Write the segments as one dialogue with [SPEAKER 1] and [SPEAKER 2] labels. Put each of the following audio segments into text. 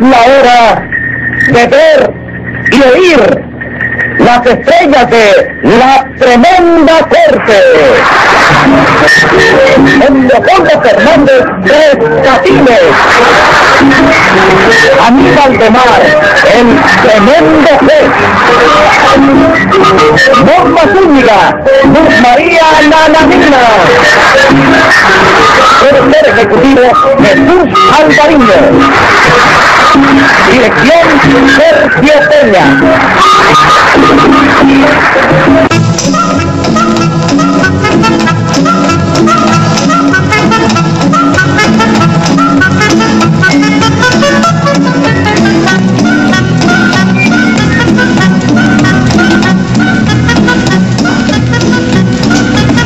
[SPEAKER 1] la hora de ver y oír las estrellas de la tremenda corte. En Leopoldo Fernández Tres Catines. Aníbal de Mar, el tremendo juez. Norma Zúñiga, Luz María Nananina. Tercer ejecutivo Jesús Alvariño. Dirección Sergio Peña.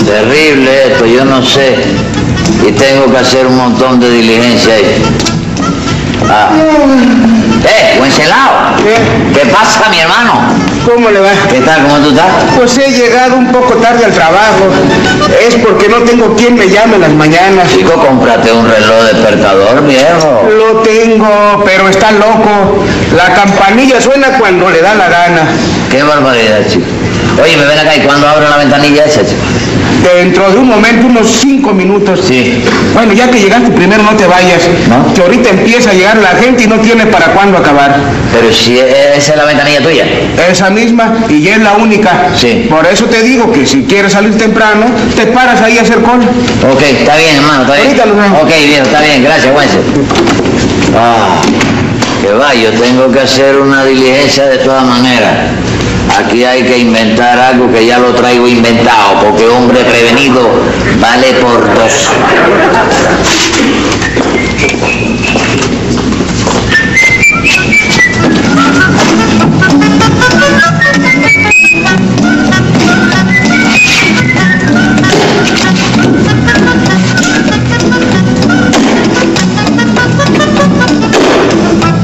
[SPEAKER 2] Terrible esto, yo no sé. Y tengo que hacer un montón de diligencia ahí. Ah. ¡Eh, Wenceslao!
[SPEAKER 3] ¿Qué?
[SPEAKER 2] ¿Qué pasa, mi hermano?
[SPEAKER 3] ¿Cómo le va?
[SPEAKER 2] ¿Qué tal? ¿Cómo tú estás?
[SPEAKER 3] Pues he llegado un poco tarde al trabajo. Es porque no tengo quien me llame en las mañanas.
[SPEAKER 2] Chico, cómprate un reloj despertador, viejo.
[SPEAKER 3] Lo tengo, pero está loco. La campanilla suena cuando le da la gana.
[SPEAKER 2] Qué barbaridad, chico. Oye, me ven acá y cuando abro la ventanilla esa, chico.
[SPEAKER 3] Dentro de un momento, unos cinco minutos.
[SPEAKER 2] Sí.
[SPEAKER 3] Bueno, ya que llegaste primero, no te vayas.
[SPEAKER 2] ¿No?
[SPEAKER 3] Que ahorita empieza a llegar la gente y no tiene para cuándo acabar.
[SPEAKER 2] Pero si e- esa es la ventanilla tuya.
[SPEAKER 3] Esa misma y ya es la única.
[SPEAKER 2] Sí.
[SPEAKER 3] Por eso te digo que si quieres salir temprano, te paras ahí a hacer cola.
[SPEAKER 2] Ok, está bien, hermano, está bien.
[SPEAKER 3] Ahorita lo vemos.
[SPEAKER 2] Ok, viejo, está bien, gracias, Wences. Ah, que va, yo tengo que hacer una diligencia de todas maneras. Aquí hay que inventar algo que ya lo traigo inventado, porque hombre prevenido vale por dos.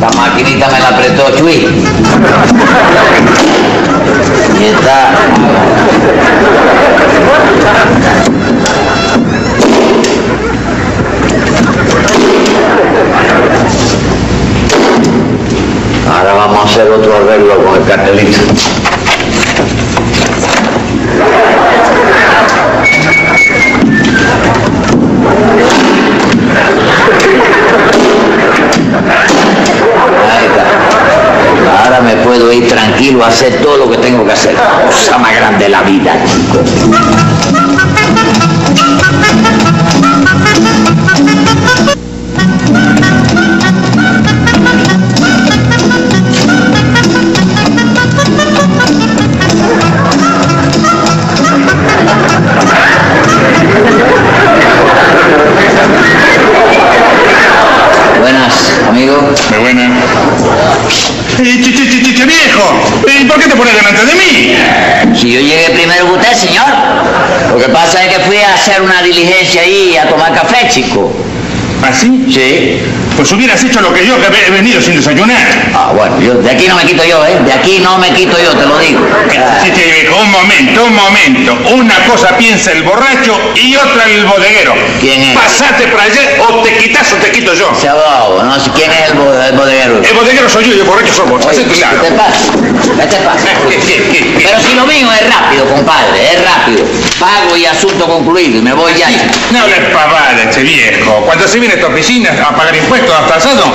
[SPEAKER 2] La maquinita me la apretó Chuy. Y está. Ahora vamos a hacer otro arreglo con el cartelito. Ahí está. Ahora me puedo ir tranquilo a hacer todo lo que tengo que hacer. Cosa más grande de la vida, chico. Buenas, amigo.
[SPEAKER 4] Muy buena. Eh, che, che, che, che, che, viejo, ¿y por qué te pones delante de mí?
[SPEAKER 2] Si yo llegué primero que usted, señor. Lo que pasa es que fui a hacer una diligencia ahí a tomar café, chico.
[SPEAKER 4] ¿Así?
[SPEAKER 2] Sí.
[SPEAKER 4] Pues hubieras hecho lo que yo, que he he venido sin desayunar.
[SPEAKER 2] Ah, bueno, yo, de aquí no me quito yo, ¿eh? De aquí no me quito yo, te lo digo. Ah,
[SPEAKER 4] Che, che, viejo, un momento, un momento. Una cosa piensa el borracho y otra el bodeguero.
[SPEAKER 2] ¿Quién es?
[SPEAKER 4] Pasate para allá o te quitas o te quito yo.
[SPEAKER 2] se ha dado, no sé quién es el, bo- el bodeguero.
[SPEAKER 4] El bodeguero soy yo y el borracho soy vos.
[SPEAKER 2] Oye, pues,
[SPEAKER 4] Hacete
[SPEAKER 2] ¿qué
[SPEAKER 4] claro.
[SPEAKER 2] te pasa? ¿Qué te pasa? Pero si lo mío es rápido, compadre, es rápido. Pago y asunto concluido y me voy ya.
[SPEAKER 4] No hables pavada, che viejo. Cuando se viene a esta oficina a pagar impuestos atrasados,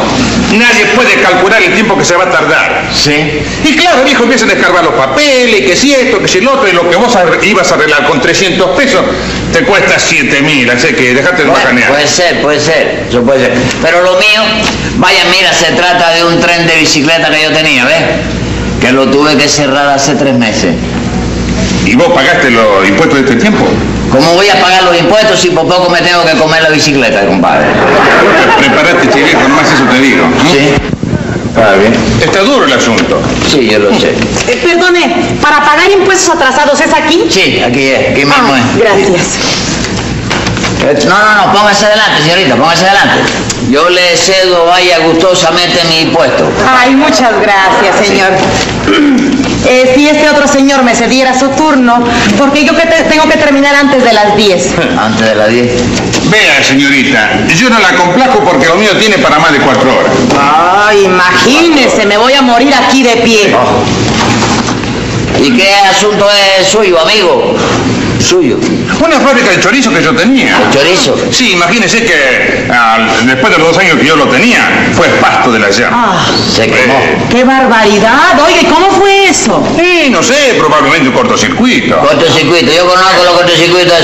[SPEAKER 4] nadie puede calcular el tiempo que se va a tardar.
[SPEAKER 2] Sí.
[SPEAKER 4] Y claro, viejo, empiezan a escarbar los papeles, que si esto, que si el otro, y lo que vos ar- ibas a arreglar con 300 pesos, te cuesta 7 mil, así que dejate de bajanear.
[SPEAKER 2] puede ser, puede ser, eso puede ser. Pero lo mío, vaya, mira, se trata de un tren de bicicleta que yo tenía, ¿ves? Que lo tuve que cerrar hace tres meses.
[SPEAKER 4] ¿Y vos pagaste los impuestos de este tiempo?
[SPEAKER 2] ¿Cómo voy a pagar los impuestos si por poco me tengo que comer la bicicleta, compadre?
[SPEAKER 4] Preparate, che viejo, nomás eso te digo.
[SPEAKER 2] Sí. Está bien.
[SPEAKER 4] Está duro el asunto.
[SPEAKER 2] Sí, yo lo sé.
[SPEAKER 5] Eh, perdone, para pagar impuestos atrasados es aquí.
[SPEAKER 2] Sí, aquí es, aquí mismo
[SPEAKER 5] Ah,
[SPEAKER 2] es. Eh,
[SPEAKER 5] gracias.
[SPEAKER 2] No, no, no, póngase adelante, señorita, póngase adelante. Yo le cedo, vaya, gustosamente mi puesto.
[SPEAKER 5] Ay, muchas gracias, señor. Eh, si este otro señor me cediera su turno, porque yo que te- tengo que terminar antes de las 10.
[SPEAKER 2] Antes de las 10.
[SPEAKER 4] Vea, señorita, yo no la complaco porque lo mío tiene para más de 4 horas.
[SPEAKER 3] Ah,
[SPEAKER 6] Ay, imagínese, me voy a morir aquí de pie.
[SPEAKER 2] ¿Y qué asunto es suyo, amigo? Suyo.
[SPEAKER 4] Una fábrica de chorizo que yo tenía.
[SPEAKER 2] Chorizo.
[SPEAKER 4] Sí, imagínese que al- después de los dos años que yo lo tenía, fue pasto de la llama.
[SPEAKER 6] Ah,
[SPEAKER 2] Se quemó.
[SPEAKER 4] Eh.
[SPEAKER 6] qué barbaridad. Oye, ¿y ¿cómo fue eso?
[SPEAKER 4] Sí, no sé, probablemente un cortocircuito.
[SPEAKER 2] Cortocircuito. Yo conozco los cortocircuitos.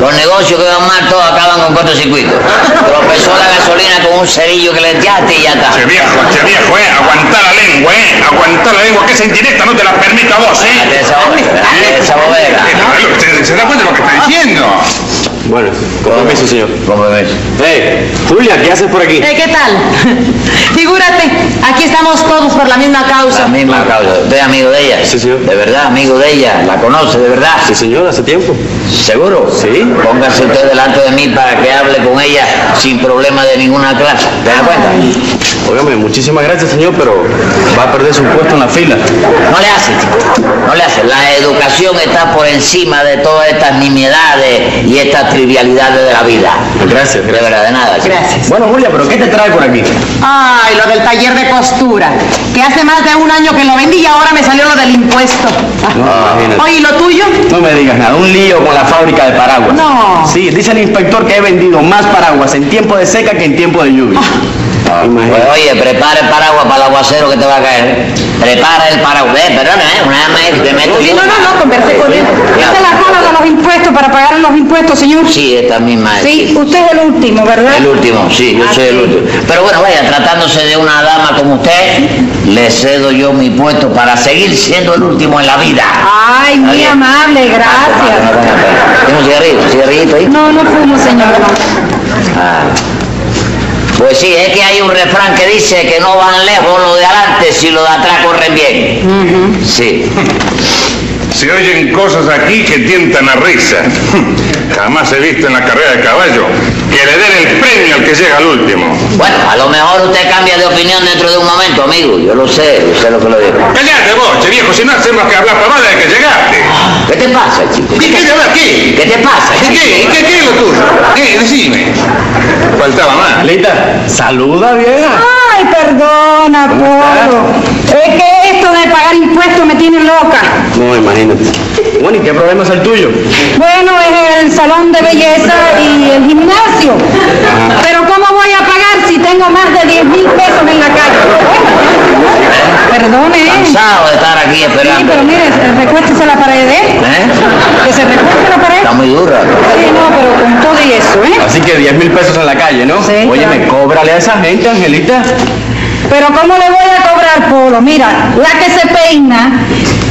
[SPEAKER 2] Los negocios que van mal todos acaban con cortocircuito. Tropezó la gasolina con un cerillo que le echaste y ya está.
[SPEAKER 4] Che viejo, che viejo, eh, aguantá la lengua, eh, aguantá la lengua, que esa indirecta no te la permito a vos,
[SPEAKER 2] Date
[SPEAKER 4] eh.
[SPEAKER 2] esa bobera, date esa bobera.
[SPEAKER 4] Eh, no, lo- ¿Se, se da cuenta de lo que está diciendo?
[SPEAKER 1] Bueno, con permiso, señor.
[SPEAKER 2] ¿Cómo ves?
[SPEAKER 1] Eh, Julia, ¿qué haces por aquí?
[SPEAKER 6] Eh, ¿Qué tal? Figúrate, aquí estamos todos por la misma
[SPEAKER 2] La
[SPEAKER 6] causa.
[SPEAKER 2] misma causa. ¿Usted es amigo de ella?
[SPEAKER 1] Sí, señor.
[SPEAKER 2] ¿De verdad, amigo de ella? ¿La conoce, de verdad?
[SPEAKER 1] Sí, señor, hace tiempo.
[SPEAKER 2] ¿Seguro?
[SPEAKER 1] Sí.
[SPEAKER 2] Póngase usted delante de mí para que hable con ella sin problema de ninguna clase. ¿Te das cuenta?
[SPEAKER 1] Óigame, muchísimas gracias, señor, pero va a perder su puesto en la fila.
[SPEAKER 2] No le hace, no le hace. La educación está por encima de todas estas nimiedades y estas trivialidades de la vida.
[SPEAKER 1] Gracias,
[SPEAKER 2] De verdad, de nada. chico.
[SPEAKER 6] Gracias.
[SPEAKER 1] Bueno, Julia, pero ¿qué te trae por aquí?
[SPEAKER 6] Ay, lo del taller de costura, que hace más de un año que lo vendí y ahora me salió lo del impuesto.
[SPEAKER 1] No, imagínate.
[SPEAKER 6] Oye, ¿y lo tuyo?
[SPEAKER 1] No me digas nada, un lío con la fábrica de paraguas.
[SPEAKER 6] No.
[SPEAKER 1] Sí, dice el inspector que he vendido más paraguas en tiempo de seca que en tiempo de lluvia. Ah,
[SPEAKER 2] Pues
[SPEAKER 1] imagínate.
[SPEAKER 2] oye, prepara el paraguas para el aguacero que te va a caer. Prepara el paraguas. Eh, perdona, ¿eh? Una vez más te meto
[SPEAKER 6] Sí,
[SPEAKER 2] yo.
[SPEAKER 6] no, no, no, conversé con él.
[SPEAKER 2] Claro.
[SPEAKER 5] Esta es la cola de los impuestos para pagar los impuestos, señor.
[SPEAKER 2] Sí, esta misma. es,
[SPEAKER 5] Sí, usted es el último, ¿verdad?
[SPEAKER 2] El último, sí, yo soy el último. Pero bueno, vaya, tratándose de una dama como usted, le cedo yo mi puesto para seguir siendo el último en la vida. Ah,
[SPEAKER 5] Ay,
[SPEAKER 2] Está
[SPEAKER 5] muy
[SPEAKER 2] bien.
[SPEAKER 5] amable, Ah, gracias.
[SPEAKER 2] ¿Tiene un cigarrillo? ¿Cigarrillito ahí?
[SPEAKER 5] No, no fumo, señor.
[SPEAKER 2] Ah. Pues sí, es que hay un refrán que dice que no van lejos los de adelante si los de atrás corren bien. Sí.
[SPEAKER 4] Se oyen cosas aquí que tientan a risa. Jamás he visto en la carrera de caballo que le den el premio al que llega al último.
[SPEAKER 2] Bueno, a lo mejor usted cambia de opinión dentro de un momento, amigo. Yo lo sé, yo sé lo que lo digo.
[SPEAKER 4] Callate vos, che viejo, si no haces más que hablar pavada de que llegaste.
[SPEAKER 2] ¿Qué te pasa, chico?
[SPEAKER 4] ¿Y qué llevas aquí?
[SPEAKER 2] Ah, ¿Qué te pasa,
[SPEAKER 4] ¿Y
[SPEAKER 2] chico?
[SPEAKER 4] qué? ¿Y qué, qué es lo tuyo? ¿Qué? Decime. Faltaba más.
[SPEAKER 1] Lita, saluda, vieja.
[SPEAKER 5] Ay, perdona, Polo. Es que esto de pagar impuestos me tiene loca.
[SPEAKER 1] No, imagínate. Bueno, ¿y qué problema es el tuyo?
[SPEAKER 5] Bueno, es el salón de belleza y el gimnasio. Pero ¿cómo voy a pagar si tengo más de 10 mil pesos en la calle? Perdone, ¿eh?
[SPEAKER 2] Cansado de estar aquí
[SPEAKER 5] Sí,
[SPEAKER 2] esperando.
[SPEAKER 5] pero mire, recuéstese a la pared, ¿eh?
[SPEAKER 2] ¿Eh?
[SPEAKER 5] Que se recueste la pared.
[SPEAKER 2] Está muy dura.
[SPEAKER 5] Sí, no, pero con todo y eso, ¿eh?
[SPEAKER 1] Así que 10 mil pesos en la calle, ¿no?
[SPEAKER 5] Sí,
[SPEAKER 1] Oye, me
[SPEAKER 5] claro.
[SPEAKER 1] cóbrale a esa gente, Angelita.
[SPEAKER 5] Pero ¿cómo le voy a cobrar, Polo? Mira, la que se peina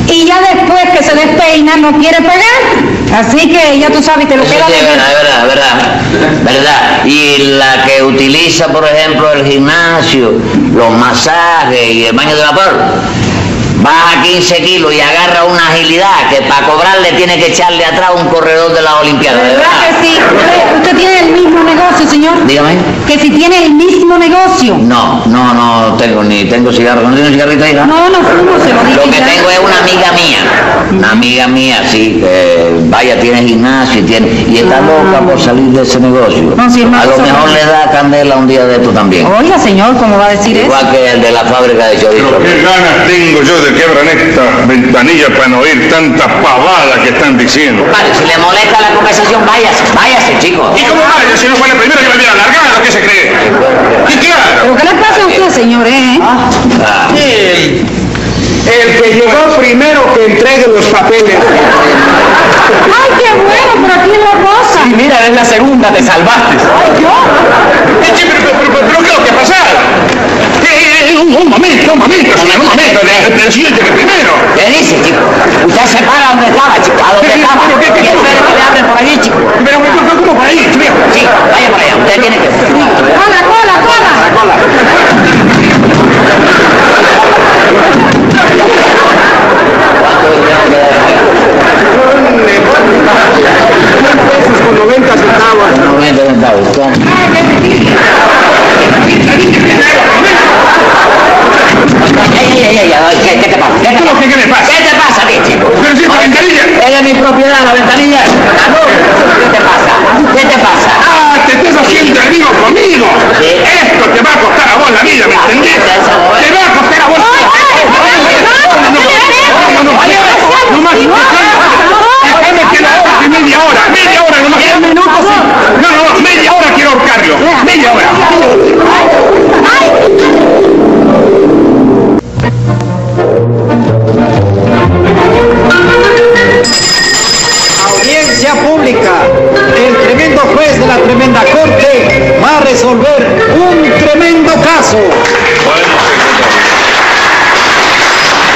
[SPEAKER 5] y ya después que se despeina no quiere pagar. Así que ya tú sabes, te lo
[SPEAKER 2] Eso
[SPEAKER 5] queda
[SPEAKER 2] sí es
[SPEAKER 5] de ver.
[SPEAKER 2] verdad, es verdad, es verdad, verdad. Y la que utiliza, por ejemplo, el gimnasio, los masajes y el baño de vapor, baja 15 kilos y agarra una agilidad que para cobrarle tiene que echarle atrás un corredor de las Olimpiadas, de
[SPEAKER 5] ¿Verdad
[SPEAKER 2] verdad.
[SPEAKER 5] que sí? Usted, usted tiene el mismo negocio, señor.
[SPEAKER 2] Dígame.
[SPEAKER 5] Que si tiene el mismo negocio.
[SPEAKER 2] No, no, no tengo ni tengo cigarro, no tengo cigarrito ahí, ¿no?
[SPEAKER 5] No, no fumo, se lo dije.
[SPEAKER 2] Lo que
[SPEAKER 5] ya.
[SPEAKER 2] tengo es una amiga mía, una amiga mía, sí, que, vaya, tiene gimnasio y, tiene, y está loca por salir de ese negocio.
[SPEAKER 5] No, sí, es más
[SPEAKER 2] a lo
[SPEAKER 5] eso,
[SPEAKER 2] mejor
[SPEAKER 5] ¿no?
[SPEAKER 2] le da candela un día de esto también.
[SPEAKER 5] Oiga, señor, ¿cómo va a decir eso?
[SPEAKER 2] Igual que el de la fábrica de chorizo.
[SPEAKER 4] Pero qué ganas tengo yo de que abran esta ventanilla para no oír tanta pavada que están diciendo.
[SPEAKER 2] Vale, si le molesta la conversación, váyase, váyase, chicos.
[SPEAKER 4] ¿Y cómo vaya si no fue la primera que me hubiera alargado? ¿Qué se cree? Y claro.
[SPEAKER 5] ¿Pero qué le pasa a usted, señor, eh?
[SPEAKER 2] Ah,
[SPEAKER 3] El, el que llegó primero que entregue los papeles.
[SPEAKER 5] ¡Ay, qué bueno! Pero aquí es la cosa.
[SPEAKER 1] Y mira, es la segunda, te salvaste.
[SPEAKER 4] Eh, che, Pero, pero, pero, pero ¿qué es lo que ha pasado? Eh, eh, eh, un, un momento, un momento, señor, un momento. de- de- Decidete que primero.
[SPEAKER 2] ¿Qué dice, chico? Usted se para donde estaba, chico, a donde
[SPEAKER 4] ¿Qué-
[SPEAKER 2] estaba.
[SPEAKER 4] Eh, pero qué- qué-
[SPEAKER 2] Y espere que le abren por allí, chico.
[SPEAKER 4] Pero, pero, pero, ¿cómo por ahí, che, viejo?
[SPEAKER 2] Sí, vaya para allá, usted tiene que...
[SPEAKER 5] ¡Cola, cola, cola!
[SPEAKER 3] Pesos con 90 centavos.
[SPEAKER 2] No me he intentado, usted. Ey, ey, ey, ey, ¿Qué, qué te pasa? ¿Qué te
[SPEAKER 4] ¿Tú lo que- qué le pasa?
[SPEAKER 2] ¿Qué te pasa a ti, chico?
[SPEAKER 4] Pero si es la ventanilla.
[SPEAKER 2] Ella es mi propiedad, la ventanilla. ¿Qué te pasa? ¿Qué te pasa?
[SPEAKER 4] ¡Ah, te estás haciendo amigo conmigo! Esto te va a costar a vos la vida, ¿me entendés?
[SPEAKER 2] Esa
[SPEAKER 4] Bueno, secretario.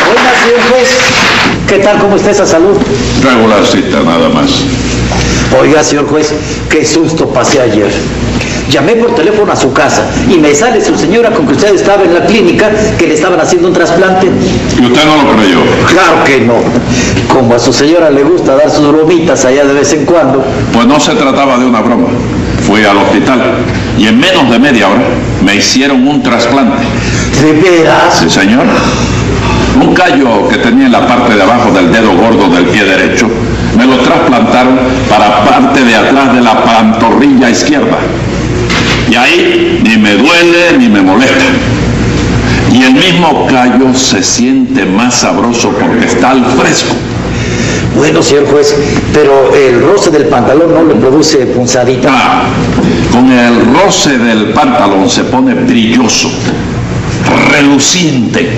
[SPEAKER 1] Buenas, señor juez. ¿Qué tal? ¿Cómo está esa salud?
[SPEAKER 4] Regularcita, nada más.
[SPEAKER 1] Oiga, señor juez, qué susto pasé ayer. Llamé por teléfono a su casa y me sale su señora con que usted estaba en la clínica, que le estaban haciendo un trasplante.
[SPEAKER 4] Y usted no lo creyó.
[SPEAKER 1] Claro que no. Como a su señora le gusta dar sus bromitas allá de vez en cuando.
[SPEAKER 4] Pues no se trataba de una broma. Fui al hospital y en menos de media hora me hicieron un trasplante.
[SPEAKER 1] ¿De veras?
[SPEAKER 4] Sí, señor. Un callo que tenía en la parte de abajo del dedo gordo del pie derecho, me lo trasplantaron para parte de atrás de la pantorrilla izquierda. Y ahí ni me duele ni me molesta. Y el mismo callo se siente más sabroso porque está al fresco.
[SPEAKER 1] Bueno, señor juez, pero el roce del pantalón no le produce punzadita.
[SPEAKER 4] Ah, con el roce del pantalón se pone brilloso, reluciente.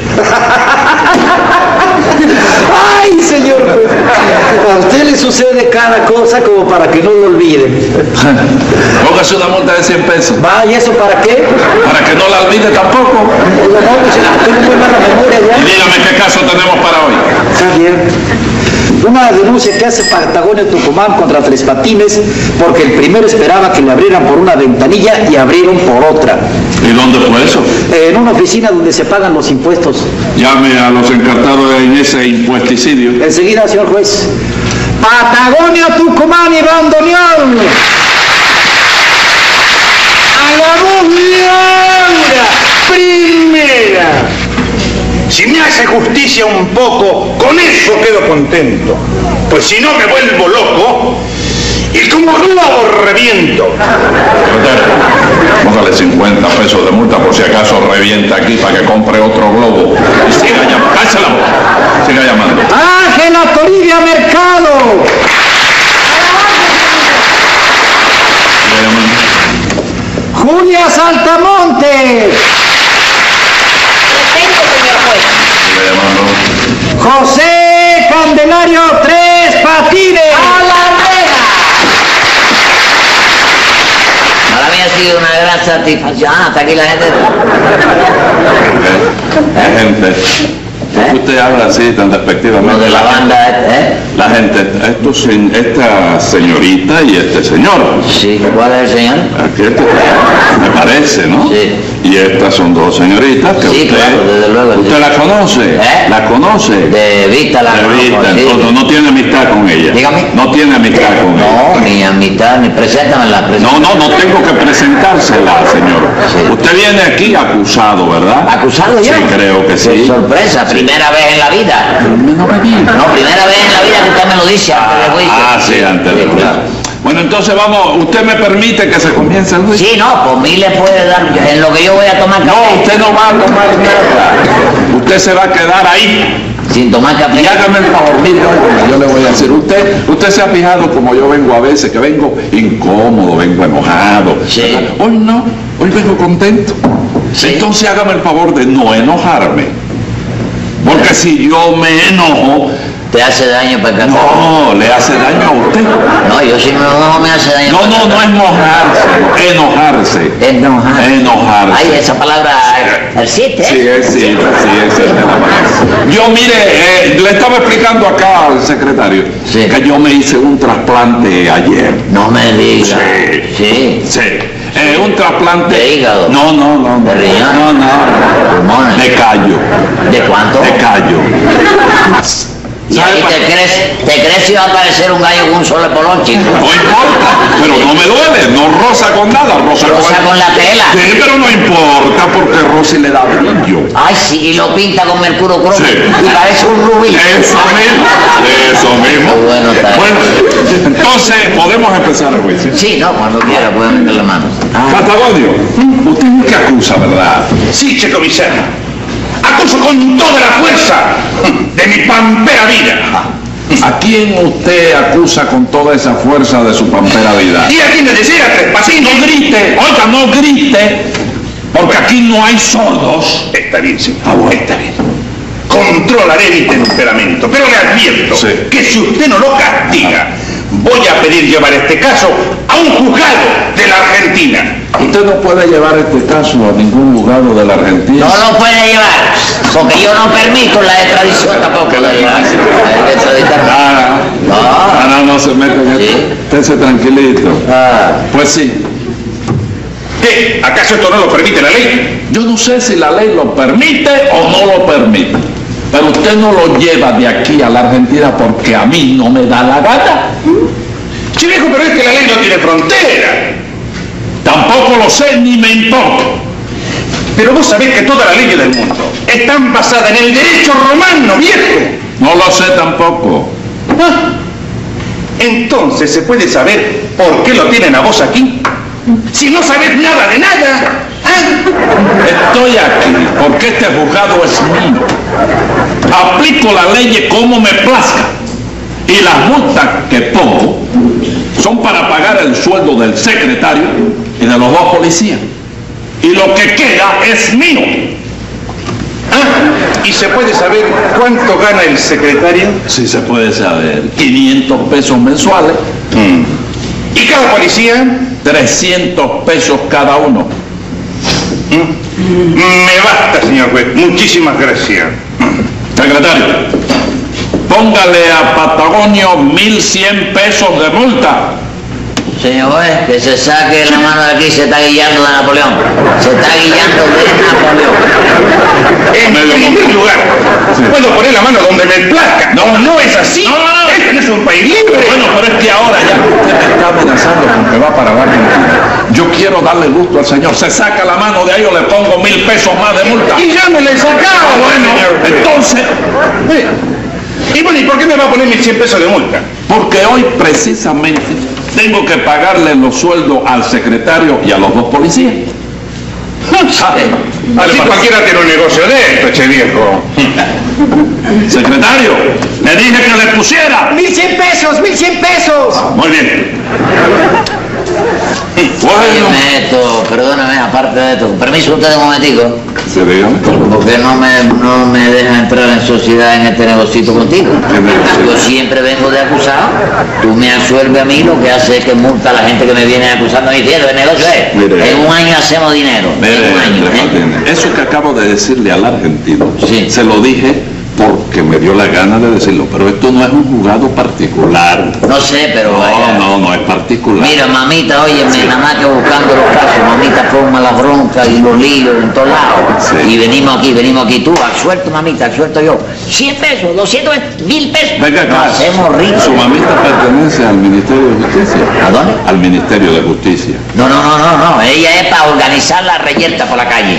[SPEAKER 1] ¡Ay, señor juez! A usted le sucede cada cosa como para que no lo olviden.
[SPEAKER 4] Póngase una multa de 100 pesos
[SPEAKER 1] Vaya, ¿eso para qué?
[SPEAKER 4] para que no la olvide tampoco.
[SPEAKER 1] Pues, no, pues, tengo muy mala memoria
[SPEAKER 4] Y
[SPEAKER 1] ya.
[SPEAKER 4] dígame qué caso tenemos para hoy.
[SPEAKER 1] Está bien. Una denuncia que hace Patagonia Tucumán contra Tres Patines porque el primero esperaba que le abrieran por una ventanilla y abrieron por otra.
[SPEAKER 4] ¿Y dónde fue eso?
[SPEAKER 1] En una oficina donde se pagan los impuestos.
[SPEAKER 4] Llame a los encartados de e ese impuesticidio.
[SPEAKER 1] Enseguida, señor juez. Patagonia Tucumán y Bandoneón.
[SPEAKER 3] Si me hace justicia un poco, con eso quedo contento. Pues si no me vuelvo loco y como lo reviento.
[SPEAKER 4] Secretario, Póngale 50 pesos de multa por si acaso revienta aquí para que compre otro globo. Y siga llamando. Cállese la boca. Siga llamando.
[SPEAKER 1] Ángela Toribia Mercado.
[SPEAKER 4] Siga llamando.
[SPEAKER 1] Julia Saltamonte.
[SPEAKER 6] Presente, señor juez.
[SPEAKER 4] Siga llamando.
[SPEAKER 1] José Candelario Tres Patines.
[SPEAKER 6] ¡A la reja!
[SPEAKER 2] Para mí ha sido una gran satisfacción. Ah, hasta aquí la gente.
[SPEAKER 4] La gente. ¿por qué Usted habla así tan
[SPEAKER 2] Los
[SPEAKER 4] despectivamente.
[SPEAKER 2] ¿Eh? de la banda, ¿eh?
[SPEAKER 4] La gente, estos sen- esta señorita y este señor.
[SPEAKER 2] Sí, ¿cuál es el señor?
[SPEAKER 4] Aquí está, me parece, ¿no?
[SPEAKER 2] Sí.
[SPEAKER 4] Y estas son dos señoritas que
[SPEAKER 2] Sí,
[SPEAKER 4] usted,
[SPEAKER 2] claro, desde luego,
[SPEAKER 4] usted
[SPEAKER 2] sí.
[SPEAKER 4] la conoce,
[SPEAKER 2] ¿Eh?
[SPEAKER 4] la conoce.
[SPEAKER 2] De vista la
[SPEAKER 4] De
[SPEAKER 2] conozco,
[SPEAKER 4] vista,
[SPEAKER 2] sí.
[SPEAKER 4] entonces no tiene amistad con ella.
[SPEAKER 2] Dígame.
[SPEAKER 4] No tiene amistad con
[SPEAKER 2] No,
[SPEAKER 4] ella.
[SPEAKER 2] ni a mitad, ni preséntamela. preséntamela.
[SPEAKER 4] No, no, no tengo que presentársela, señor.
[SPEAKER 2] Sí.
[SPEAKER 4] Usted viene aquí acusado, ¿verdad?
[SPEAKER 2] ¿Acusado yo?
[SPEAKER 4] Sí, creo que
[SPEAKER 2] Qué
[SPEAKER 4] sí.
[SPEAKER 2] sorpresa, primera vez en la vida.
[SPEAKER 4] No me diga.
[SPEAKER 2] No, primera vez en la vida que usted me lo dice antes del juicio.
[SPEAKER 4] Ah, sí, antes
[SPEAKER 2] Sí,
[SPEAKER 4] de
[SPEAKER 2] claro.
[SPEAKER 4] Bueno, entonces vamos, ¿usted me permite que se comience el juicio?
[SPEAKER 2] Sí, no, por mí le puede dar, en lo que yo voy a tomar café.
[SPEAKER 4] No, usted no va a tomar nada. Usted se va a quedar ahí.
[SPEAKER 2] Sin tomar café.
[SPEAKER 4] Y hágame el favor, mire, óigame, yo le voy a decir, usted, usted se ha fijado como yo vengo a veces, que vengo incómodo, vengo enojado.
[SPEAKER 2] Sí.
[SPEAKER 4] ¿verdad? Hoy no, hoy vengo contento.
[SPEAKER 2] Sí.
[SPEAKER 4] Entonces hágame el favor de no enojarme. Porque si yo me enojo,
[SPEAKER 2] Te hace daño para el café.
[SPEAKER 4] no, le hace daño a usted.
[SPEAKER 2] No, yo si me enojo me hace daño.
[SPEAKER 4] No, no, no Eh, enojarse, enojarse.
[SPEAKER 2] Enojar.
[SPEAKER 4] Enojarse.
[SPEAKER 2] Ay, esa palabra existe.
[SPEAKER 4] Sí,
[SPEAKER 2] ¿eh?
[SPEAKER 4] es, sí, sí, es, sí, nada más. Yo, mire, eh, le estaba explicando acá al secretario
[SPEAKER 2] Sí.
[SPEAKER 4] que yo me hice un trasplante ayer.
[SPEAKER 2] No me digas. Sí.
[SPEAKER 4] Sí. Eh, un trasplante.
[SPEAKER 2] De hígado.
[SPEAKER 4] No, no, no.
[SPEAKER 2] De riñón.
[SPEAKER 4] No, no.
[SPEAKER 2] Pulmones.
[SPEAKER 4] De callo.
[SPEAKER 2] ¿De cuánto?
[SPEAKER 4] De callo.
[SPEAKER 2] Y
[SPEAKER 4] ¿Sabe
[SPEAKER 2] ahí
[SPEAKER 4] pa-
[SPEAKER 2] te crees, te crees que iba a aparecer un gallo con un solo polón, chico.
[SPEAKER 4] No importa, pero no me duele, no roza con nada, roza,
[SPEAKER 2] Rosa con la tela.
[SPEAKER 4] Sí, pero no importa porque Rosy le da brillo.
[SPEAKER 2] Ay, sí, y lo pinta con mercurio cromo.
[SPEAKER 4] Sí.
[SPEAKER 2] Y parece un rubí.
[SPEAKER 4] Eso mismo, eso mismo.
[SPEAKER 2] Bueno, está bien.
[SPEAKER 4] Bueno, entonces podemos empezar el juicio.
[SPEAKER 2] Sí, no, cuando quiera puede meter la mano.
[SPEAKER 4] Patagonio, usted es el que acusa, ¿verdad?
[SPEAKER 3] Sí, Checo Vicente. Acuso con toda la fuerza de mi pampera vida.
[SPEAKER 4] ¿A quién usted acusa con toda esa fuerza de su pampera vida?
[SPEAKER 3] Y a quien le decía tres
[SPEAKER 4] No
[SPEAKER 3] pasitos.
[SPEAKER 4] grite, oiga, no grite, porque aquí no hay sordos.
[SPEAKER 3] Está bien, señor.
[SPEAKER 4] Ah, bueno, está bien.
[SPEAKER 3] Controlaré mi temperamento, pero le advierto
[SPEAKER 4] Sí.
[SPEAKER 3] que si usted no lo castiga,
[SPEAKER 4] voy a pedir llevar este caso a un juzgado de la Argentina.
[SPEAKER 6] Usted no puede llevar este caso a ningún juzgado de la Argentina.
[SPEAKER 2] No lo puede llevar, porque yo no permito la extradición tampoco.
[SPEAKER 6] Que la
[SPEAKER 2] llevar.
[SPEAKER 6] llevar.
[SPEAKER 2] Hay que extraditar.
[SPEAKER 6] Ah,
[SPEAKER 2] No.
[SPEAKER 6] ah, no, no se mete en esto.
[SPEAKER 2] Sí.
[SPEAKER 6] Esténse tranquilito.
[SPEAKER 2] Ah,
[SPEAKER 6] Pues sí,
[SPEAKER 4] ¿Qué? ¿Acaso esto no lo permite la ley?
[SPEAKER 6] yo no sé si la ley lo permite o no lo permite. Pero usted no lo lleva de aquí a la Argentina porque a mí no me da la gana.
[SPEAKER 4] Sí, viejo, pero es que la ley no tiene frontera.
[SPEAKER 6] Tampoco lo sé ni me importa.
[SPEAKER 4] Pero vos sabés que todas las leyes del mundo están basadas en el derecho romano, viejo.
[SPEAKER 6] No lo sé tampoco.
[SPEAKER 4] Ah, Entonces se puede saber por qué lo tienen a vos aquí. Si no sabés nada de nada. Ah,
[SPEAKER 6] Estoy aquí porque este juzgado es mío. Aplico la ley como me plazca. Y las multas que pongo son para pagar el sueldo del secretario y de los dos policías. Y lo que queda es mío.
[SPEAKER 4] ah, Y se puede saber cuánto gana el secretario
[SPEAKER 6] Si se puede saber, 500 pesos mensuales,
[SPEAKER 4] y cada policía.
[SPEAKER 6] 300 pesos cada uno.
[SPEAKER 4] Me basta, señor juez. Muchísimas gracias.
[SPEAKER 6] Secretario, póngale a Patagonio 1.100 pesos de multa.
[SPEAKER 2] señor juez, que se saque la mano de aquí, se está guiando de Napoleón. Se está guiando de Napoleón.
[SPEAKER 4] En
[SPEAKER 6] Medio
[SPEAKER 4] primer
[SPEAKER 6] mundo.
[SPEAKER 4] lugar,
[SPEAKER 6] Sí.
[SPEAKER 4] puedo poner la mano donde me plazca.
[SPEAKER 6] No, no es así.
[SPEAKER 4] No, no, no. Este no es un país libre.
[SPEAKER 6] Bueno, pero es que ahora ya usted me está amenazando con que va para la Argentina. Yo quiero darle gusto al señor. Se saca la mano de ahí o le pongo mil pesos más de multa.
[SPEAKER 4] Y ya me la he sacado, bueno.
[SPEAKER 6] Entonces,
[SPEAKER 4] Eh, Y bueno, ¿y por qué me va a poner mis 100 pesos de multa?
[SPEAKER 6] porque hoy precisamente tengo que pagarle los sueldos al secretario y a los dos policías. Ah, dale,
[SPEAKER 4] Así
[SPEAKER 6] para-
[SPEAKER 4] cualquiera tiene un negocio de esto, che viejo.
[SPEAKER 6] Secretario, le dije que le pusiera.
[SPEAKER 7] ¡Mil cien pesos! ¡Mil cien pesos!
[SPEAKER 6] Muy bien. Bueno,
[SPEAKER 2] Óyeme esto, perdóname, aparte de esto. Permiso usted un momentico,
[SPEAKER 6] se dígame.
[SPEAKER 2] porque no me, no me deja entrar en sociedad en este negocito contigo.
[SPEAKER 6] ¿Qué negocio?
[SPEAKER 2] Yo siempre vengo de acusado, tú me absuelves a mí, lo que hace es que multa a la gente que me viene acusando a mi tierra. El negocio es,
[SPEAKER 6] Mire.
[SPEAKER 2] en un año hacemos dinero,
[SPEAKER 6] Mire,
[SPEAKER 2] en un año.
[SPEAKER 6] Andrés
[SPEAKER 2] ¿eh?
[SPEAKER 6] Martínez, eso que acabo de decirle al argentino,
[SPEAKER 2] Sí.
[SPEAKER 6] se lo dije porque me dio la gana de decirlo, pero esto no es un juzgado particular.
[SPEAKER 2] No sé, pero vaya.
[SPEAKER 6] No, no, no es particular.
[SPEAKER 2] Mira, mamita, óyeme, nada más que buscando los casos, mamita forma las broncas y los líos en todos lados.
[SPEAKER 6] Sí.
[SPEAKER 2] Y venimos aquí, venimos aquí, tú, al suelto, mamita, al suelto yo. 100 pesos, 200, 1000 pesos.
[SPEAKER 6] Venga acá.
[SPEAKER 2] Nos hacemos ricos.
[SPEAKER 6] Su mamita pertenece al Ministerio de Justicia.
[SPEAKER 2] ¿A dónde?
[SPEAKER 6] Al Ministerio de Justicia.
[SPEAKER 2] No, no, no, no, no, ella es para organizar la reyerta por la calle.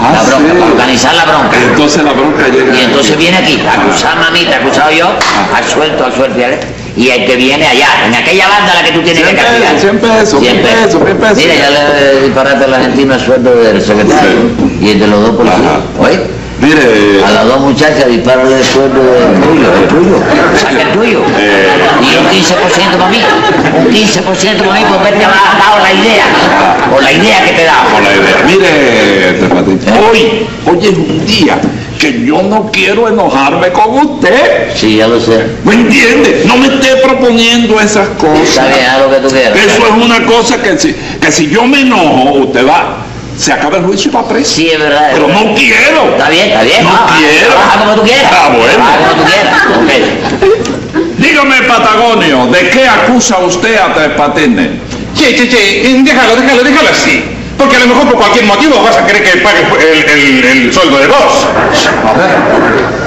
[SPEAKER 6] Ah,
[SPEAKER 2] la bronca,
[SPEAKER 6] sí.
[SPEAKER 2] para organizar la bronca.
[SPEAKER 6] Y entonces la bronca llega.
[SPEAKER 2] Y entonces
[SPEAKER 6] aquí.
[SPEAKER 2] viene aquí, acusar mamita, acusado yo, al suelto, al suelto, ¿vale? y el que viene allá, en aquella banda a la que tú tienes que
[SPEAKER 6] Cien
[SPEAKER 2] castigar.
[SPEAKER 6] pesos, cien pesos,
[SPEAKER 2] Cien
[SPEAKER 6] cien pesos, cien pesos.
[SPEAKER 2] Mira, ya le eh, disparaste al argentino el sueldo del secretario y el de los dos policías.
[SPEAKER 6] Ajá.
[SPEAKER 2] ¿Oye?
[SPEAKER 6] Mire,
[SPEAKER 2] A las dos muchachas dispararle el sueldo del tuyo, el tuyo, saca el tuyo.
[SPEAKER 6] Eh.
[SPEAKER 2] Y un 15% para mí, un 15% para mí pues por verte haber dado la idea, o la idea que te da.
[SPEAKER 6] con la idea. Mire, Andrés Martínez,
[SPEAKER 2] ¿Eh?
[SPEAKER 6] hoy, hoy es un día que yo no quiero enojarme con usted.
[SPEAKER 2] Sí, ya lo sé.
[SPEAKER 6] ¿Me entiende? No me esté proponiendo esas
[SPEAKER 2] Está bien,
[SPEAKER 6] cosas.
[SPEAKER 2] haz lo que tú quieras.
[SPEAKER 6] Eso es una cosa que si, que si yo me enojo, usted va, se acaba el juicio y va preso.
[SPEAKER 2] Sí, es verdad. es
[SPEAKER 6] Pero
[SPEAKER 2] verdad.
[SPEAKER 6] no quiero.
[SPEAKER 2] Está bien, está bien.
[SPEAKER 6] No
[SPEAKER 2] va, va,
[SPEAKER 6] quiero.
[SPEAKER 2] Trabaja como tú quieras.
[SPEAKER 6] Ah, bueno.
[SPEAKER 2] Trabaja como tú quieras. ok.
[SPEAKER 6] Dígame, Patagonio, ¿de qué acusa usted a Tres Patines?
[SPEAKER 4] Che, che, che, eh, déjalo, déjalo, déjalo así. Porque a lo mejor por cualquier motivo vas a querer que pague el, el- el sueldo de vos.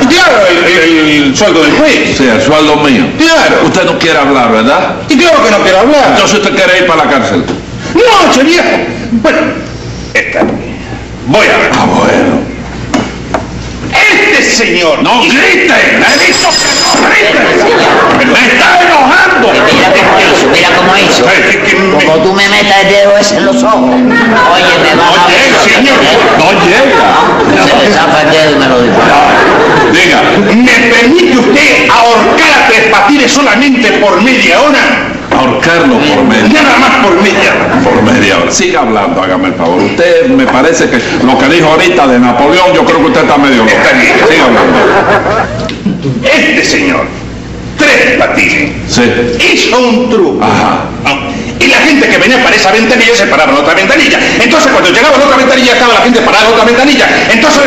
[SPEAKER 4] Y claro, el, el- el sueldo del juez.
[SPEAKER 6] Sí, el sueldo mío.
[SPEAKER 4] Claro.
[SPEAKER 6] Usted no quiere hablar, ¿verdad?
[SPEAKER 4] Y claro que no quiero hablar.
[SPEAKER 6] Entonces usted quiere ir para la cárcel.
[SPEAKER 4] No, che viejo. Bueno, esta. Voy a ver.
[SPEAKER 6] Ah, bueno.
[SPEAKER 4] Este señor.
[SPEAKER 6] No grite, he visto que no grite. Me está enojando.
[SPEAKER 2] Mira
[SPEAKER 4] este
[SPEAKER 2] cómo hizo, mira cómo hizo.
[SPEAKER 4] Eh, que- que me-
[SPEAKER 2] Como tú me metas el dedo ese en los ojos. Oye, me vas a ver.
[SPEAKER 4] Oye, señor.
[SPEAKER 6] No llega.
[SPEAKER 2] Se me zapa el dedo y me lo dispara.
[SPEAKER 6] Diga,
[SPEAKER 4] ¿Me permite usted ahorcar a Tres Patines solamente por media hora?
[SPEAKER 6] ahorcarlo por medio.
[SPEAKER 4] Nada más por media hora.
[SPEAKER 6] Por media hora. Siga hablando, hágame el favor. Usted me parece que lo que dijo ahorita de Napoleón, yo creo que usted está medio loco.
[SPEAKER 4] Está bien.
[SPEAKER 6] Siga hablando.
[SPEAKER 4] Este señor tres patines.
[SPEAKER 6] Sí.
[SPEAKER 4] Hizo un truco.
[SPEAKER 6] Ajá.
[SPEAKER 4] Ah, Y la gente que venía para esa ventanilla se paraba en otra ventanilla. Entonces cuando llegaba a la otra ventanilla estaba la gente parada en otra ventanilla. Entonces...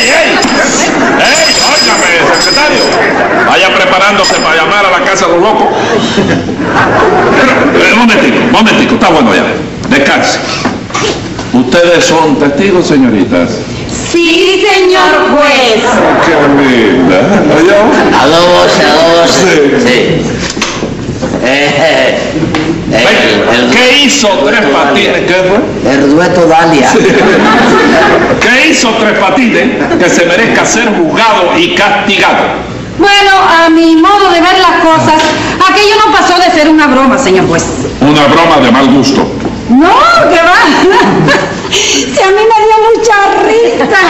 [SPEAKER 4] ¡Ey, ey!
[SPEAKER 6] ¡Ey! Óigame, secretario. Vaya preparándose para llamar a la casa de los locos. Eh, momentico, momentico, está bueno ya. Descanse. Ustedes son testigos, señoritas.
[SPEAKER 8] Sí, señor juez.
[SPEAKER 6] Qué linda. ¿No yo?
[SPEAKER 2] A dos voces, a dos voces.
[SPEAKER 6] Sí.
[SPEAKER 2] Sí. Eh, eh, el- el-
[SPEAKER 6] ¿Qué hizo Tres Patines? ¿Qué fue?
[SPEAKER 2] El dueto Dalia.
[SPEAKER 6] ¿Qué hizo Tres Patines que se merezca ser juzgado y castigado?
[SPEAKER 5] Bueno, a mi modo de ver las cosas, aquello no pasó de ser una broma, señor juez.
[SPEAKER 6] Una broma de mal gusto.
[SPEAKER 5] No, que va. Si a mí me dio mucha risa.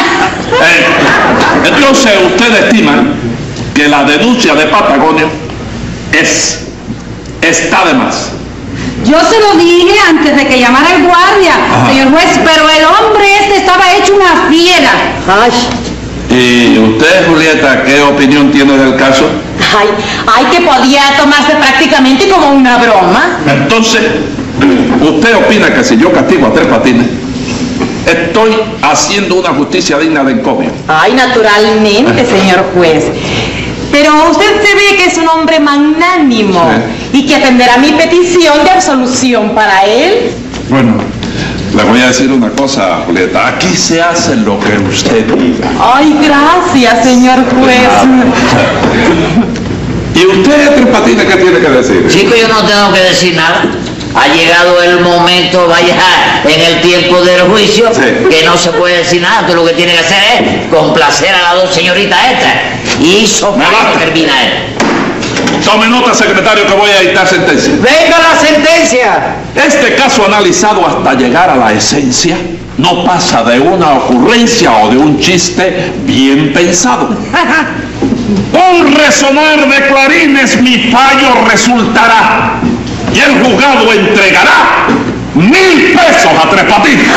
[SPEAKER 6] Eh, entonces ustedes estiman que la denuncia de Patagonio es está de más.
[SPEAKER 5] Yo se lo dije antes de que llamara el guardia,
[SPEAKER 6] Ajá.
[SPEAKER 5] señor juez, pero el hombre este estaba hecho una fiera.
[SPEAKER 8] Ay,
[SPEAKER 6] ¿Y usted, Julieta, qué opinión tiene del caso?
[SPEAKER 8] ay, ay, que podía tomarse prácticamente como una broma.
[SPEAKER 6] Entonces, ¿usted opina que si yo castigo a tres patines, estoy haciendo una justicia digna de encomio?
[SPEAKER 8] Ay, naturalmente, señor juez. Pero usted se ve que es un hombre magnánimo y que atenderá mi petición de absolución para él.
[SPEAKER 6] Bueno, le voy a decir una cosa, Julieta. Aquí se hace lo que usted diga.
[SPEAKER 8] Ay, gracias, señor juez.
[SPEAKER 6] ¿Y usted, tres patines, qué tiene que decir?
[SPEAKER 2] Chico, yo no tengo que decir nada. Ha llegado el momento, vaya, en el tiempo del juicio,
[SPEAKER 6] Sí.
[SPEAKER 2] que no se puede decir nada. Tú lo que tienes que hacer es complacer a las dos señoritas estas. Y hizo
[SPEAKER 6] Me
[SPEAKER 2] para
[SPEAKER 6] basta.
[SPEAKER 2] que termina él.
[SPEAKER 6] Tome nota, secretario, que voy a dictar sentencia.
[SPEAKER 9] ¡Venga la sentencia!
[SPEAKER 6] Este caso analizado hasta llegar a la esencia no pasa de una ocurrencia o de un chiste bien pensado. Un resonar de clarines mi fallo resultará y el juzgado entregará mil pesos a tres patines.